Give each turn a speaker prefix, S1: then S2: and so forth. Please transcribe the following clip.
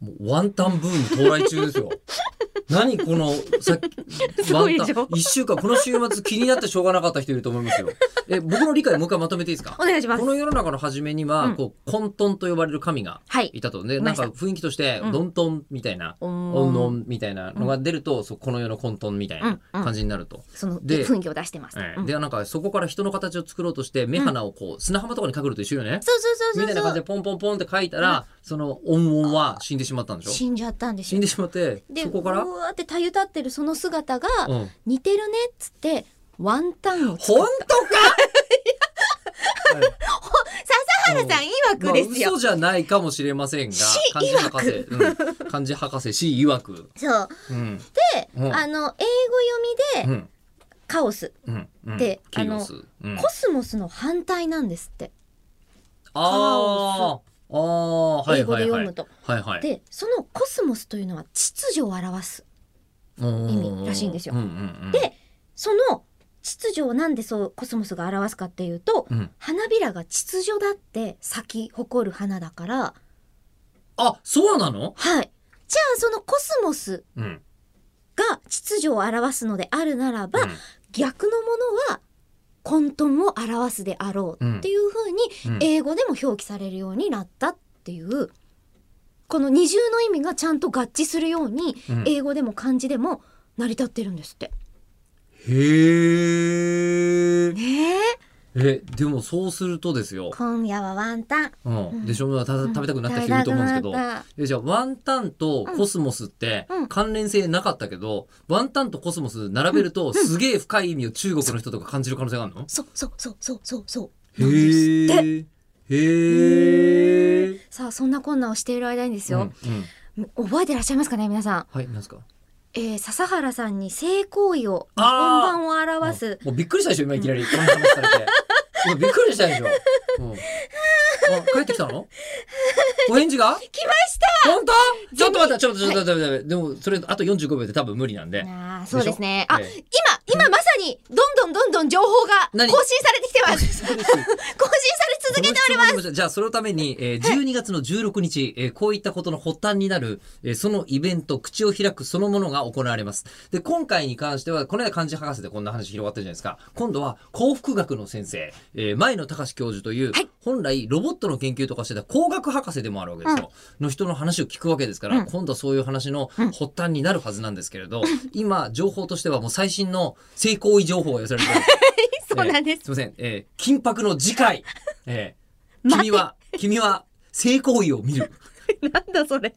S1: もうワンタンブーム到来中です よ。何このさっき
S2: ごい
S1: ワンタン
S2: 情報
S1: 一週間この週末気になってしょうがなかった人いると思い ますよ。え僕の理解もう一回まとめていいですか
S2: お。願いします
S1: この世の中の初めには、
S2: うん
S1: こう混沌と呼ばれる神が
S2: はい
S1: いたとで
S2: い
S1: な
S2: ま
S1: ん
S2: し
S1: か
S2: た
S1: 雰囲気として
S2: うん
S1: ドントンみたいな、
S2: お
S1: オン
S2: ん
S1: ノンみたいなのが出ると、そうこの世の混沌みたいな感じになると。
S2: その
S1: で
S2: 雰囲気を出してます、
S1: ええ
S2: うん
S1: でなんかそこから人の形を作ろうとして目鼻をこう砂浜とかにかけると一緒よね。
S2: そうそう
S1: みた
S2: そう
S1: いな
S2: そ
S1: 感
S2: う
S1: じでポンポンポンって書いたら、そのオンオンは死んでしまったんでしょ
S2: 死んじゃったんです
S1: 死
S2: よ
S1: んでしまって
S2: で
S1: そこから、
S2: うわーってたゆたってるその姿が
S1: うん、
S2: 似てるねっつってワンタンを作っ
S1: 本当 か
S2: 笹原さん曰
S1: ま
S2: く
S1: あ、
S2: ですよ、
S1: 嘘じゃないかもしれませんが
S2: 死
S1: 漢字博士、うん、漢字博士 C 曰く、
S2: そう
S1: うん、
S2: で、
S1: うん
S2: あの英語読みで、
S1: うん
S2: カオス
S1: うんうん
S2: で
S1: キリオス、うん、
S2: コスモスの反対なんですって、
S1: あーあーはい
S2: 英語
S1: は
S2: で
S1: いは
S2: 読
S1: い
S2: むと、
S1: はいはい
S2: でそのコスモスというのは秩序を表す
S1: 意
S2: 味らしいんですよ
S1: うんうんうん、
S2: でその秩序をなんでそうコスモスが表すかっていうと
S1: うん、
S2: 花びらが秩序だって咲き誇る花だから
S1: あそうなの、
S2: はいじゃあそのコスモス
S1: うん
S2: が秩序を表すのであるならば、
S1: うん
S2: 逆のものは混沌を表すであろうっていうふう
S1: うん
S2: に英語でも表記されるようになったっていうこの二重の意味がちゃんと合致するように
S1: うん
S2: 英語でも漢字でも成り立ってるんですって。
S1: へえ。
S2: ねえ
S1: え、でもそうするとですよ。
S2: 今夜はワンタン
S1: うん。でしょ、まあた食べたくなった人いると思うんですけど。えじゃあ、ワンタンとコスモスって
S2: うん
S1: 関連性なかったけど、ワンタンとコスモス並べると、すげえ深い意味を中国の人とか感じる可能性があるの
S2: そうそうそうそうそうそうなんですって。
S1: へえ。へえ。
S2: さあそんなこんなをしている間にです
S1: うんう
S2: よ
S1: ん、
S2: 覚えてらっしゃいますかね皆さん、
S1: はい、なんですか
S2: えー、笹原さんに性行為を本
S1: あー
S2: 番を表す
S1: もうびっくりしたでしょ、今いきなり。こんな話されて。今びっくりしたでしょ。うんあ、帰ってきたのお返事が
S2: 来ました
S1: 本当ちょっと待って、ちょっと待って、ちょっと待って、でも、それ、あと45秒で多分無理なんで。
S2: あーそうですねあ、
S1: ええ
S2: 今今まさにどんどんどんどん情報が更
S1: 何
S2: 新されてきてます更新され続けております
S1: ます。じゃあ、そのために、えー、12月の16日、えーこういったことの発端になる、えーそのイベント、口を開くそのものが行われます。で、今回に関しては、この間漢字博士でこんな話広がったじゃないですか。今度は、幸福学の先生、えー前野隆教授という、
S2: はい
S1: 本来ロボットの研究とかしてた工学博士でもあるわけですよ。の人の話を聞くわけですから、
S2: うん
S1: 今度はそういう話の発端になるはずなんですけれど、今、情報としてはもう最新の性行為情報が寄せられてます。
S2: そうなんです
S1: えーすみません。えー緊迫の次回。えー
S2: 待て
S1: 君は、君は、性行為を見る。
S2: なんだそれ